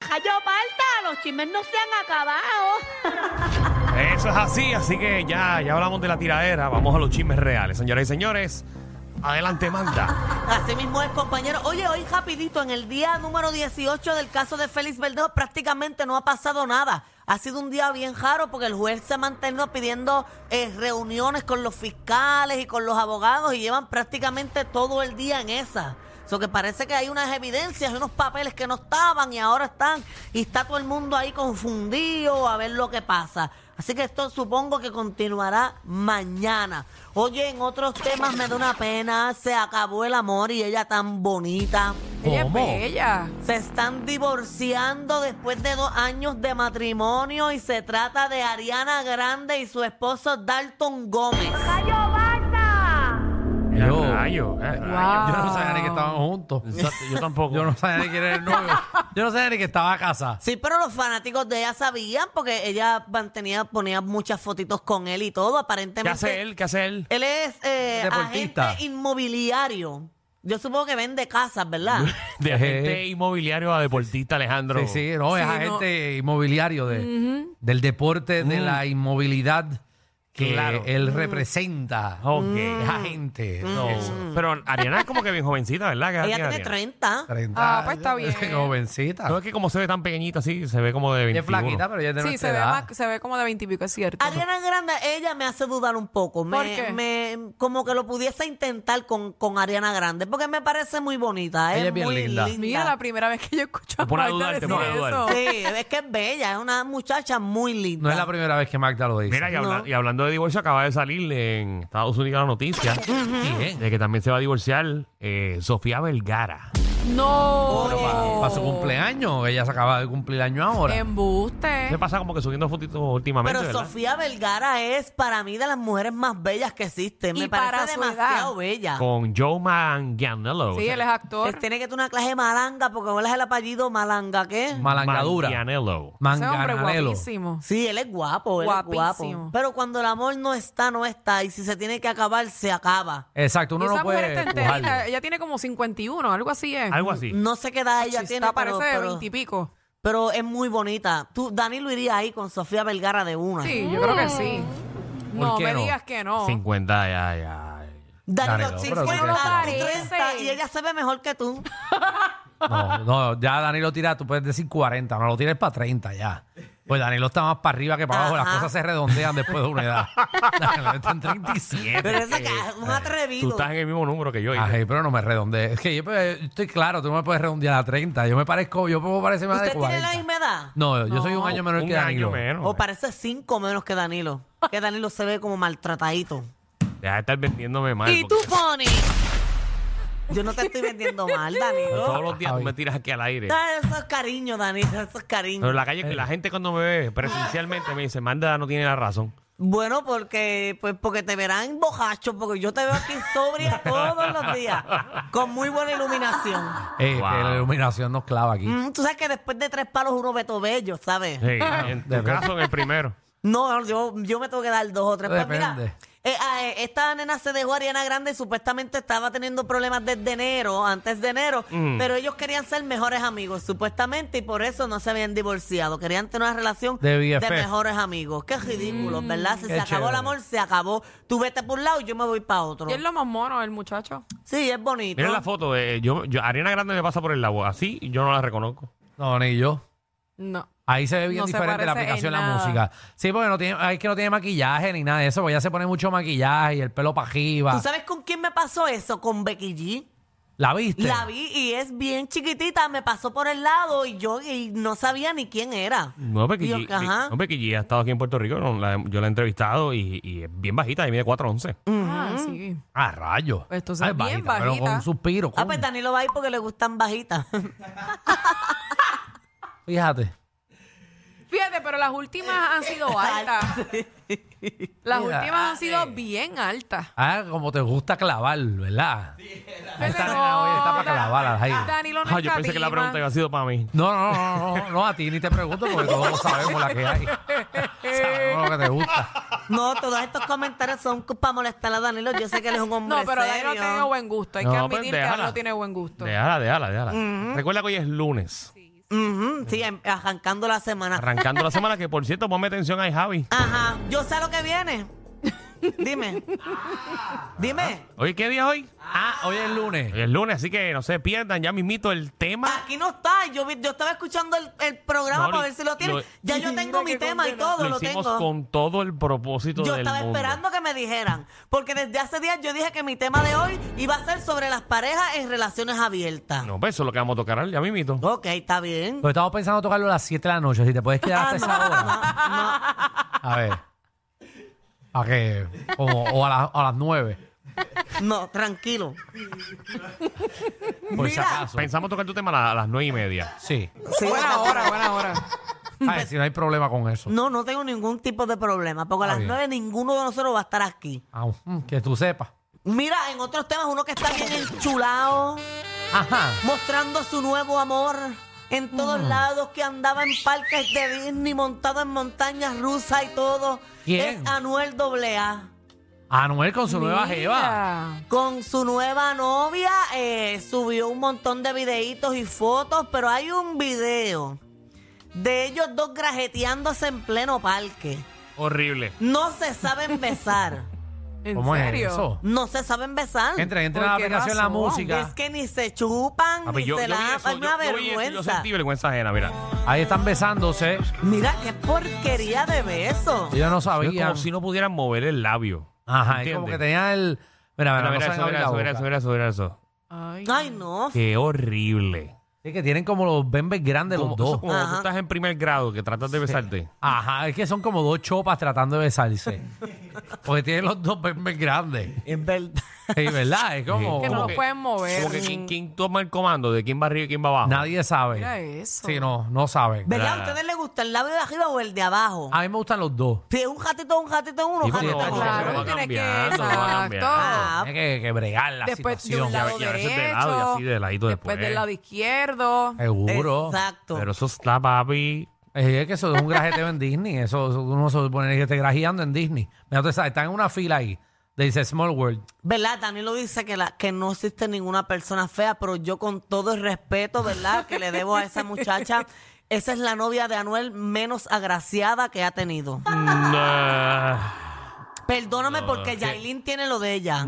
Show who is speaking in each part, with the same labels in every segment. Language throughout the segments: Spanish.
Speaker 1: Caballo falta, los chismes no se han acabado.
Speaker 2: Eso es así, así que ya, ya hablamos de la tiradera, vamos a los chismes reales, señoras y señores. Adelante, manda.
Speaker 3: Así mismo es, compañero. Oye, hoy rapidito, en el día número 18 del caso de Félix Verdejo prácticamente no ha pasado nada. Ha sido un día bien raro porque el juez se ha mantenido pidiendo eh, reuniones con los fiscales y con los abogados y llevan prácticamente todo el día en esa. So que parece que hay unas evidencias, unos papeles que no estaban y ahora están. Y está todo el mundo ahí confundido a ver lo que pasa. Así que esto supongo que continuará mañana. Oye, en otros temas me da una pena. Se acabó el amor y ella tan bonita.
Speaker 4: Ella es
Speaker 2: ¿Cómo?
Speaker 4: bella.
Speaker 3: Se están divorciando después de dos años de matrimonio y se trata de Ariana Grande y su esposo Dalton Gómez.
Speaker 1: ¡Caballo falta!
Speaker 2: Yo, rayo, eh, rayo.
Speaker 4: Wow.
Speaker 5: Yo no sabía ni que estaban juntos.
Speaker 2: Exacto, yo tampoco.
Speaker 5: Yo no sabía ni que era el novio. Yo no sabía ni que estaba a casa.
Speaker 3: Sí, pero los fanáticos de ella sabían porque ella mantenía, ponía muchas fotitos con él y todo,
Speaker 2: ¿Qué
Speaker 3: aparentemente.
Speaker 2: hace él? ¿Qué hace él?
Speaker 3: Él es eh,
Speaker 5: Deportista.
Speaker 3: agente inmobiliario. Yo supongo que vende casas, ¿verdad?
Speaker 2: De agente inmobiliario a deportista, Alejandro.
Speaker 5: Sí, sí, no, es
Speaker 4: Sí, no.
Speaker 5: agente inmobiliario de, del deporte, de la inmovilidad que
Speaker 2: Mm. Claro.
Speaker 4: Mm.
Speaker 5: él representa.
Speaker 2: Ok.
Speaker 5: Es agente.
Speaker 2: No.
Speaker 5: Eso.
Speaker 2: Pero Ariana es como que bien jovencita, ¿verdad? ¿Qué edad
Speaker 3: ella tiene
Speaker 2: Ariana?
Speaker 3: 30.
Speaker 5: 30
Speaker 4: Ah, pues está
Speaker 5: años,
Speaker 4: bien.
Speaker 5: Jovencita.
Speaker 2: No es que como se ve tan pequeñita así, se ve como de 21.
Speaker 5: Ella es flaquita, pero ella es de
Speaker 4: Sí,
Speaker 5: nuestra
Speaker 4: se ve,
Speaker 5: edad.
Speaker 4: más- se ve como de veintipico, es cierto.
Speaker 3: Ariana Grande, ella me hace dudar un poco. Me,
Speaker 4: ¿Por qué?
Speaker 3: me- como que lo pudiese intentar con, con Ariana Grande, porque me parece muy bonita.
Speaker 5: Ella
Speaker 3: es
Speaker 5: es bien
Speaker 3: muy
Speaker 5: linda.
Speaker 4: Mira, la primera vez que yo escucho
Speaker 2: Te
Speaker 4: a
Speaker 2: pone a
Speaker 4: Magda
Speaker 2: dudar, te
Speaker 4: decir
Speaker 2: pone a dudar.
Speaker 4: eso.
Speaker 3: Sí, es que es bella, es una muchacha muy linda.
Speaker 5: No es la primera vez que Magda lo dice.
Speaker 2: Mira, y, habla-
Speaker 3: No.
Speaker 2: y hablando de divorcio, acaba de salir en Estados Unidos la noticia
Speaker 5: ¿Quién?
Speaker 2: de que también se va a divorciar eh, Sofía Vergara.
Speaker 4: No.
Speaker 3: Pero pa-
Speaker 5: Para su cumpleaños, ella se acaba de cumplir año ahora.
Speaker 2: Se
Speaker 4: Embuste.
Speaker 2: pasa como que subiendo fotitos últimamente,
Speaker 3: Pero
Speaker 2: ¿verdad?
Speaker 3: Sofía Vergara es para mí de las mujeres más bellas que existen.
Speaker 4: Y
Speaker 3: Me
Speaker 4: para
Speaker 3: parece
Speaker 4: su
Speaker 3: demasiado
Speaker 4: edad.
Speaker 3: bella.
Speaker 2: Con Joe Manganiello.
Speaker 4: Sí, él es
Speaker 3: Pues
Speaker 4: actor.
Speaker 3: tiene que tener una clase de malanga, porque ¿cuál es el apellido malanga? ¿Qué?
Speaker 5: Malangadura.
Speaker 2: Manganiello.
Speaker 4: Ese hombre es
Speaker 5: Manganelo.
Speaker 4: guapísimo.
Speaker 3: sí, él es guapo, él es guapo.
Speaker 4: Guapísimo.
Speaker 3: Pero cuando el amor no está, no está. Y si se tiene que acabar, se acaba.
Speaker 5: Exacto, uno
Speaker 4: y esa
Speaker 5: no
Speaker 4: mujer
Speaker 5: puede
Speaker 4: está
Speaker 5: empujarlo.
Speaker 4: enterita. Ella tiene como 51, algo así es.
Speaker 2: Algo así.
Speaker 3: No sé qué edad ella
Speaker 4: Chista,
Speaker 3: tiene, pero,
Speaker 4: parece de
Speaker 3: pero-
Speaker 4: veintipico.
Speaker 3: pero es muy bonita. Tú, Dani lo iría ahí con Sofía Vergara de una.
Speaker 4: Sí, yo creo que sí.
Speaker 5: ¿Por
Speaker 4: No
Speaker 5: qué
Speaker 4: me
Speaker 5: no?
Speaker 4: digas que no.
Speaker 2: 50, ya, ya.
Speaker 3: Dani,
Speaker 5: Dani,
Speaker 3: los
Speaker 5: no,
Speaker 3: 50,
Speaker 5: pero tú
Speaker 3: Dani
Speaker 4: qué
Speaker 3: 30,
Speaker 4: sabes.
Speaker 3: y ella se ve mejor que tú.
Speaker 5: No, no, ya Danilo tira, tú puedes decir 40, no lo tires para 30 ya. Pues Danilo está más para arriba que para abajo, las
Speaker 3: Ajá.
Speaker 5: cosas se redondean después de una edad. Danilo está en 37.
Speaker 3: Pero ese que es un
Speaker 2: Tú
Speaker 3: atrevido.
Speaker 2: estás en el mismo número que yo. ¿eh?
Speaker 5: Ay, pero no me redondees. Es que yo pues, estoy claro, tú no me puedes redondear a 30. Yo me parezco, yo puedo parecer más de
Speaker 3: ¿Usted tiene
Speaker 5: 40.
Speaker 3: la misma edad?
Speaker 5: No, yo soy un año menor
Speaker 2: un
Speaker 5: que Danilo.
Speaker 2: año menos.
Speaker 3: O parece cinco menos que Danilo. Que Danilo se ve como maltratadito.
Speaker 2: Deja de estar vendiéndome mal.
Speaker 4: Y tú,
Speaker 2: porque
Speaker 4: Pony.
Speaker 3: Yo no te estoy vendiendo mal, Danilo.
Speaker 2: Todos los días tú
Speaker 5: Ay.
Speaker 2: me tiras aquí al aire.
Speaker 3: Da, Eso es cariño, Danilo, eso es
Speaker 2: Pero
Speaker 3: cariño.
Speaker 2: en la
Speaker 5: Eh.
Speaker 2: calle, la gente cuando me ve presencialmente me dice, Manda no tiene la razón.
Speaker 3: Bueno, porque pues porque te verán bojacho, porque yo te veo aquí sobria todos los días, con muy buena iluminación.
Speaker 5: Eh, que
Speaker 2: Wow.
Speaker 5: La iluminación nos clava aquí.
Speaker 3: Mm, Tú sabes que después de tres palos uno ve todo bello, ¿sabes?
Speaker 2: Sí, en tu caso, en el primero.
Speaker 3: No, yo, yo me tengo que dar dos o tres. Pues mira,
Speaker 5: Depende.
Speaker 3: eh, ah, eh, esta nena se dejó a Ariana Grande y supuestamente estaba teniendo problemas desde enero, antes de enero,
Speaker 2: Mm.
Speaker 3: pero ellos querían ser mejores amigos, supuestamente, y por eso no se habían divorciado. Querían tener una relación
Speaker 5: De BFF.
Speaker 3: mejores amigos. Qué ridículo, ¿verdad? Si
Speaker 5: Qué
Speaker 3: se acabó el
Speaker 5: chévere.
Speaker 3: amor, se acabó. Tú vete por un lado y yo me voy para otro.
Speaker 4: Y es lo más mono, el muchacho.
Speaker 3: Sí, es bonito.
Speaker 2: Miren la foto. eh, yo, yo, Ariana Grande me pasa por el agua. Así yo no la reconozco.
Speaker 5: No, ni yo.
Speaker 4: No.
Speaker 5: Ahí se ve bien
Speaker 4: No se
Speaker 5: diferente la
Speaker 4: parece
Speaker 5: aplicación,
Speaker 4: en
Speaker 5: la
Speaker 4: nada.
Speaker 5: música. Sí, porque no tiene, es que no tiene maquillaje ni nada de eso, porque ya se pone mucho maquillaje y el pelo para arriba.
Speaker 3: ¿Tú sabes con quién me pasó eso? Con Becky G.
Speaker 5: ¿La viste?
Speaker 3: La vi y es bien chiquitita, me pasó por el lado y yo y no sabía ni quién era.
Speaker 2: No, Becky,
Speaker 3: Digo,
Speaker 2: G,
Speaker 3: ajá.
Speaker 2: no, Becky G ha estado aquí en Puerto Rico. no, la- yo la he entrevistado y, y es bien bajita. Y mide 4'11.
Speaker 4: Ah, sí.
Speaker 5: Ah, rayo.
Speaker 4: Esto se
Speaker 5: Ay,
Speaker 4: ve bien
Speaker 5: Pero
Speaker 4: bajita.
Speaker 5: con un suspiro.
Speaker 3: Ah,
Speaker 5: coño.
Speaker 3: pues Danilo va a ir porque le gustan bajitas.
Speaker 5: Fíjate.
Speaker 4: Fíjate, pero las últimas han sido altas. Las últimas han sido bien altas.
Speaker 5: Ah, como te gusta clavar, ¿verdad? Esta
Speaker 4: Pero
Speaker 3: Ah,
Speaker 5: nena, oye, está para
Speaker 4: Dan-
Speaker 5: clavarlas ahí.
Speaker 4: Danilo no
Speaker 2: Ah, yo pensé que la
Speaker 4: escatima.
Speaker 2: pregunta había sido para mí.
Speaker 5: No, no, no, no, no, a ti ni te pregunto porque todos sabemos la que hay. sabemos lo que te gusta.
Speaker 3: No, todos estos comentarios son para molestar a Danilo. Yo sé que él es un hombre
Speaker 4: No, pero
Speaker 3: serio.
Speaker 4: Danilo tiene buen gusto. Hay que
Speaker 2: No, pues
Speaker 4: admitir que
Speaker 2: déjala.
Speaker 4: Danilo tiene buen gusto.
Speaker 2: Déjala, déjala, déjala. Recuerda que hoy es lunes.
Speaker 3: Ujú, sí, em- arrancando la semana.
Speaker 2: Arrancando la semana, que por cierto, ponme atención ahí, Javi.
Speaker 3: Ajá, yo sé lo que viene. Dime. Dime.
Speaker 2: Oye, ¿qué día es hoy?
Speaker 5: Ah, hoy es lunes.
Speaker 2: Hoy es lunes, así que no se pierdan ya mismito el tema.
Speaker 3: Aquí no está. Yo, vi- yo estaba escuchando el, el programa
Speaker 2: No, lo-
Speaker 3: para ver si lo tiene.
Speaker 2: lo-
Speaker 3: ya yo tengo mi tema y todo,
Speaker 2: Lo
Speaker 3: lo
Speaker 2: hicimos
Speaker 3: tengo.
Speaker 2: con todo el propósito
Speaker 3: Yo
Speaker 2: del
Speaker 3: estaba
Speaker 2: mundo.
Speaker 3: esperando que me dijeran, porque desde hace días yo dije que mi tema de hoy iba a ser sobre las parejas en relaciones abiertas.
Speaker 2: No, pues eso es lo que vamos a tocar ya mismito.
Speaker 3: Ok, está bien.
Speaker 5: Pero Pues estamos pensando tocarlo a las 7 de la noche. Si te puedes quedar
Speaker 4: Ah,
Speaker 5: hasta esa hora. A ver. ¿A qué? O, o a, las- a las 9.
Speaker 3: No, tranquilo.
Speaker 5: Por si
Speaker 3: Mira.
Speaker 5: acaso.
Speaker 2: Pensamos tocar tu tema a, la- a las nueve y media.
Speaker 5: Sí.
Speaker 3: Sí,
Speaker 4: Buena hora, buena hora.
Speaker 5: A
Speaker 4: Pues
Speaker 5: ver, si no hay problema con eso.
Speaker 3: No, no tengo ningún tipo de problema, porque a
Speaker 5: Está
Speaker 3: las
Speaker 5: bien.
Speaker 3: nueve ninguno de nosotros va a estar aquí.
Speaker 5: Ah, mm, que tú sepas.
Speaker 3: Mira, en otros temas, uno que está bien enchulado,
Speaker 5: Ajá.
Speaker 3: mostrando su nuevo amor en todos
Speaker 5: Mm.
Speaker 3: lados, que andaba en parques de Disney, montado en montañas rusas y todo.
Speaker 5: ¿Quién?
Speaker 3: Es Anuel AA.
Speaker 5: Anuel con su nueva
Speaker 4: Mira.
Speaker 5: jeva.
Speaker 3: Con su nueva novia eh, subió un montón de videitos y fotos, pero hay un video de ellos dos grajeteándose en pleno parque.
Speaker 2: Horrible.
Speaker 3: No se saben besar.
Speaker 4: ¿En
Speaker 5: ¿Cómo
Speaker 4: serio?
Speaker 5: es eso?
Speaker 3: No se saben besar.
Speaker 5: Entra, entra en
Speaker 4: ¿Por
Speaker 5: la
Speaker 4: qué
Speaker 5: aplicación la
Speaker 4: razón?
Speaker 5: música.
Speaker 3: Es que ni se
Speaker 2: Papi,
Speaker 3: chupan, ni
Speaker 2: Ah, pues yo, yo
Speaker 3: se
Speaker 2: vi
Speaker 3: la...
Speaker 2: eso,
Speaker 3: Hay
Speaker 2: yo-
Speaker 3: una
Speaker 2: yo vi eso y yo
Speaker 3: vergüenza.
Speaker 2: sentí vergüenza ajena, mira.
Speaker 5: Ahí están besándose.
Speaker 3: Mira qué porquería de beso.
Speaker 5: Ellos no
Speaker 2: Es
Speaker 5: sabían.
Speaker 2: como si no pudieran mover el labio.
Speaker 5: Ajá, es
Speaker 2: ¿Entiendes?
Speaker 5: como que tenían el. Mira, mira,
Speaker 2: Mira, mira
Speaker 5: no saben
Speaker 2: eso,
Speaker 5: abrir
Speaker 2: mira
Speaker 5: la
Speaker 2: eso, mira
Speaker 5: boca.
Speaker 2: eso, mira eso, mira eso.
Speaker 4: Ay,
Speaker 3: Ay, no.
Speaker 2: Qué horrible.
Speaker 5: Sí, que tienen como los bembes grandes
Speaker 2: Como-
Speaker 5: los
Speaker 2: eso
Speaker 5: dos.
Speaker 2: como
Speaker 3: Ajá.
Speaker 2: tú estás en primer grado que tratas de besarte.
Speaker 5: Ajá, es que son como dos chopas tratando de besarse. Porque tienen los dos bembes grandes.
Speaker 3: Es verdad.
Speaker 5: Sí, ¿verdad? Es como.
Speaker 4: que no
Speaker 5: como
Speaker 4: los
Speaker 5: que
Speaker 4: pueden mover.
Speaker 2: Como que quién, quién toma el comando de quién va arriba y quién va abajo.
Speaker 5: nadie sabe.
Speaker 4: Mira eso.
Speaker 5: Sí, no, no saben.
Speaker 3: ¿Verdad? ¿A ustedes les gusta el labio de arriba o el de abajo?
Speaker 2: Ah.
Speaker 5: A mí me gustan los dos.
Speaker 3: Si es un gatito, un gatito, uno,
Speaker 2: Sí,
Speaker 3: un
Speaker 2: porque
Speaker 3: gatito,
Speaker 2: no,
Speaker 3: uno.
Speaker 2: porque eso
Speaker 4: Claro,
Speaker 2: no va
Speaker 4: tienes que-
Speaker 2: cambiando, no va cambiando.
Speaker 4: exacto.
Speaker 3: Ah,
Speaker 5: Tiene que, que bregar la
Speaker 4: Después de
Speaker 5: situación.
Speaker 4: un lado
Speaker 2: Y a veces
Speaker 4: derecho.
Speaker 2: de lado y así de ladito
Speaker 4: después.
Speaker 2: después.
Speaker 4: del lado izquierdo.
Speaker 5: Seguro.
Speaker 3: Exacto.
Speaker 2: Pero eso está, papi.
Speaker 5: Eh, Es que eso es un grajeteo en Disney. Eso, eso uno se supone que esté grajeando en Disney. Mira, tú sabes, están en una fila ahí. de Dice Small World.
Speaker 3: ¿Verdad? Danilo dice que, la, que no existe ninguna persona fea, pero yo con todo el respeto, ¿verdad? Que le debo a esa muchacha. Esa es la novia de Anuel menos agraciada que ha tenido.
Speaker 2: Nah.
Speaker 3: Perdóname porque Yailin tiene lo de ella.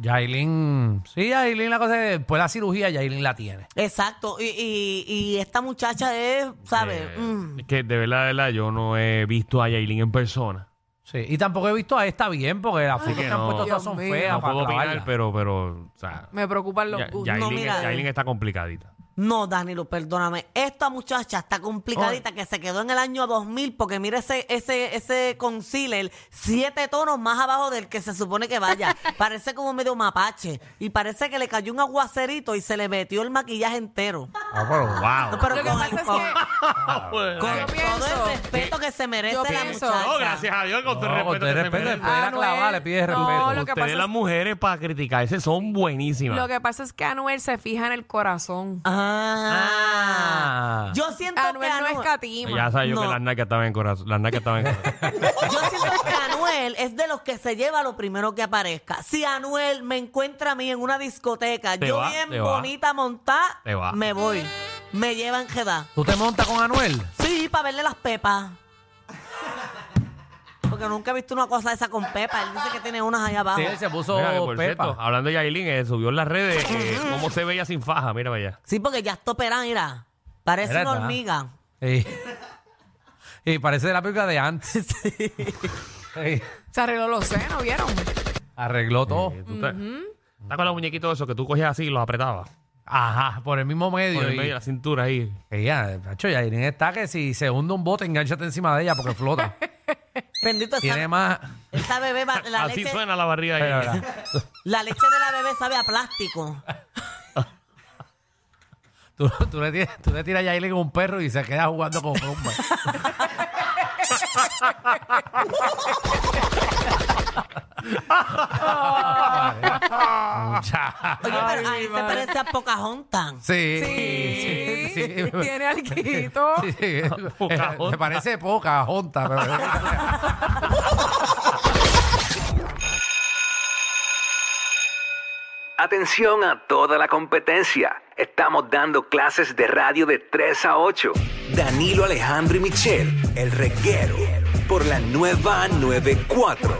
Speaker 5: Yailin. Sí, Yailin, la cosa es que después de la cirugía, Yailin la tiene.
Speaker 3: Exacto. Y, y- y esta muchacha es, ¿sabes?
Speaker 2: Eh,
Speaker 3: Mm.
Speaker 2: es que de verdad, de verdad, yo no he visto a Yailin en persona.
Speaker 5: Sí. Y tampoco he visto a esta bien, porque las fotos
Speaker 2: que
Speaker 5: que, han
Speaker 2: no.
Speaker 5: puesto todas
Speaker 4: Dios
Speaker 5: son
Speaker 4: mío.
Speaker 5: feas.
Speaker 2: No
Speaker 5: para
Speaker 2: puedo opinar,
Speaker 5: clavarla.
Speaker 2: pero, pero, o sea,
Speaker 4: Me preocupan los
Speaker 2: Ya-
Speaker 4: gustos.
Speaker 2: Yailin,
Speaker 3: No, mira,
Speaker 2: Yailin está complicadita.
Speaker 3: No, Danilo, perdóname. Esta muchacha está complicadita que se quedó en el año 2000 porque mira ese, ese, ese concealer siete tonos más abajo del que se supone que vaya. parece como medio mapache y parece que le cayó un aguacerito y se le metió el maquillaje entero.
Speaker 5: Ah, pero wow.
Speaker 2: Wow.
Speaker 3: Pero
Speaker 4: Lo que
Speaker 3: con,
Speaker 4: pasa es
Speaker 3: con-
Speaker 4: que
Speaker 2: Ah,
Speaker 3: con
Speaker 4: yo
Speaker 3: todo
Speaker 4: pienso-
Speaker 3: el respeto que se merece
Speaker 4: yo
Speaker 3: la
Speaker 4: pienso- Oh,
Speaker 3: muchacha.
Speaker 2: No, gracias a Dios, con todo el
Speaker 5: No,
Speaker 2: respeto.
Speaker 5: con todo el
Speaker 2: que se
Speaker 5: respeto,
Speaker 2: merece.
Speaker 5: después de la
Speaker 4: Anuel,
Speaker 5: clavada le pides
Speaker 4: no,
Speaker 5: respeto.
Speaker 4: lo que
Speaker 2: Ustedes
Speaker 4: pasa
Speaker 2: las
Speaker 4: es-
Speaker 2: mujeres para criticarse son buenísimas.
Speaker 4: lo que pasa es que Anuel se fija en el corazón.
Speaker 3: Ah,
Speaker 5: Ah.
Speaker 3: yo siento
Speaker 4: Anuel
Speaker 3: que
Speaker 4: no
Speaker 3: Anuel-
Speaker 2: Pues ya
Speaker 4: escatima.
Speaker 2: sabía yo
Speaker 3: No.
Speaker 2: que las nacas estaban en corazón. Las nacas estaban en corazón.
Speaker 3: Yo siento que Anuel es de los que se lleva lo primero que aparezca. Si Anuel me encuentra a mí en una discoteca,
Speaker 2: Te
Speaker 3: yo
Speaker 2: va, te
Speaker 3: bien
Speaker 2: va.
Speaker 3: bonita montada,
Speaker 2: Te va.
Speaker 3: me voy. Me llevan que da.
Speaker 5: ¿Tú te montas con Anuel?
Speaker 3: Sí, para verle las pepas. Porque nunca he visto una cosa esa con pepa. Él dice que tiene unas allá abajo.
Speaker 5: Sí, él se puso
Speaker 2: Mira, que por
Speaker 5: pepa.
Speaker 2: cierto, hablando de Yailin, eh, subió en las redes eh, cómo se veía sin faja. Mira para allá.
Speaker 3: Sí, porque ya está operada, mira. Parece
Speaker 5: Mira,
Speaker 3: una
Speaker 5: está.
Speaker 3: hormiga.
Speaker 5: Sí. Y parece de la película de antes. Sí.
Speaker 4: Se arregló los senos, ¿vieron?
Speaker 5: Arregló todo.
Speaker 2: Eh, tú te- Está con los muñequitos esos que tú cogías así y los apretabas.
Speaker 5: Ajá, por el mismo medio.
Speaker 2: Por el
Speaker 5: y-
Speaker 2: medio de la cintura ahí.
Speaker 5: Ella, macho, Yailin está que si se hunde un bote, enganchate encima de ella porque flota.
Speaker 3: Bendito
Speaker 5: Tiene
Speaker 3: esa,
Speaker 5: más.
Speaker 3: esa bebé. va- La
Speaker 2: así
Speaker 3: leche,
Speaker 2: suena la barriga de
Speaker 5: Mira,
Speaker 2: Yailin.
Speaker 5: mira,
Speaker 3: la leche de la bebé sabe a plástico.
Speaker 5: tú, tú le tiras, tú le tiras a Yailin un perro y se queda jugando con rumba. Mucha-
Speaker 3: Oye, pero ahí se parece a Pocahontas.
Speaker 5: Sí.
Speaker 4: Sí.
Speaker 5: sí, sí.
Speaker 4: Tiene alguito.
Speaker 5: Sí, sí.
Speaker 2: Pocahontas.
Speaker 5: Me parece poca jonta. pero-
Speaker 6: Atención a toda la competencia. Estamos dando clases de radio de 3 a 8. Danilo Alejandro y Michel, el reguero, por la nueva 94.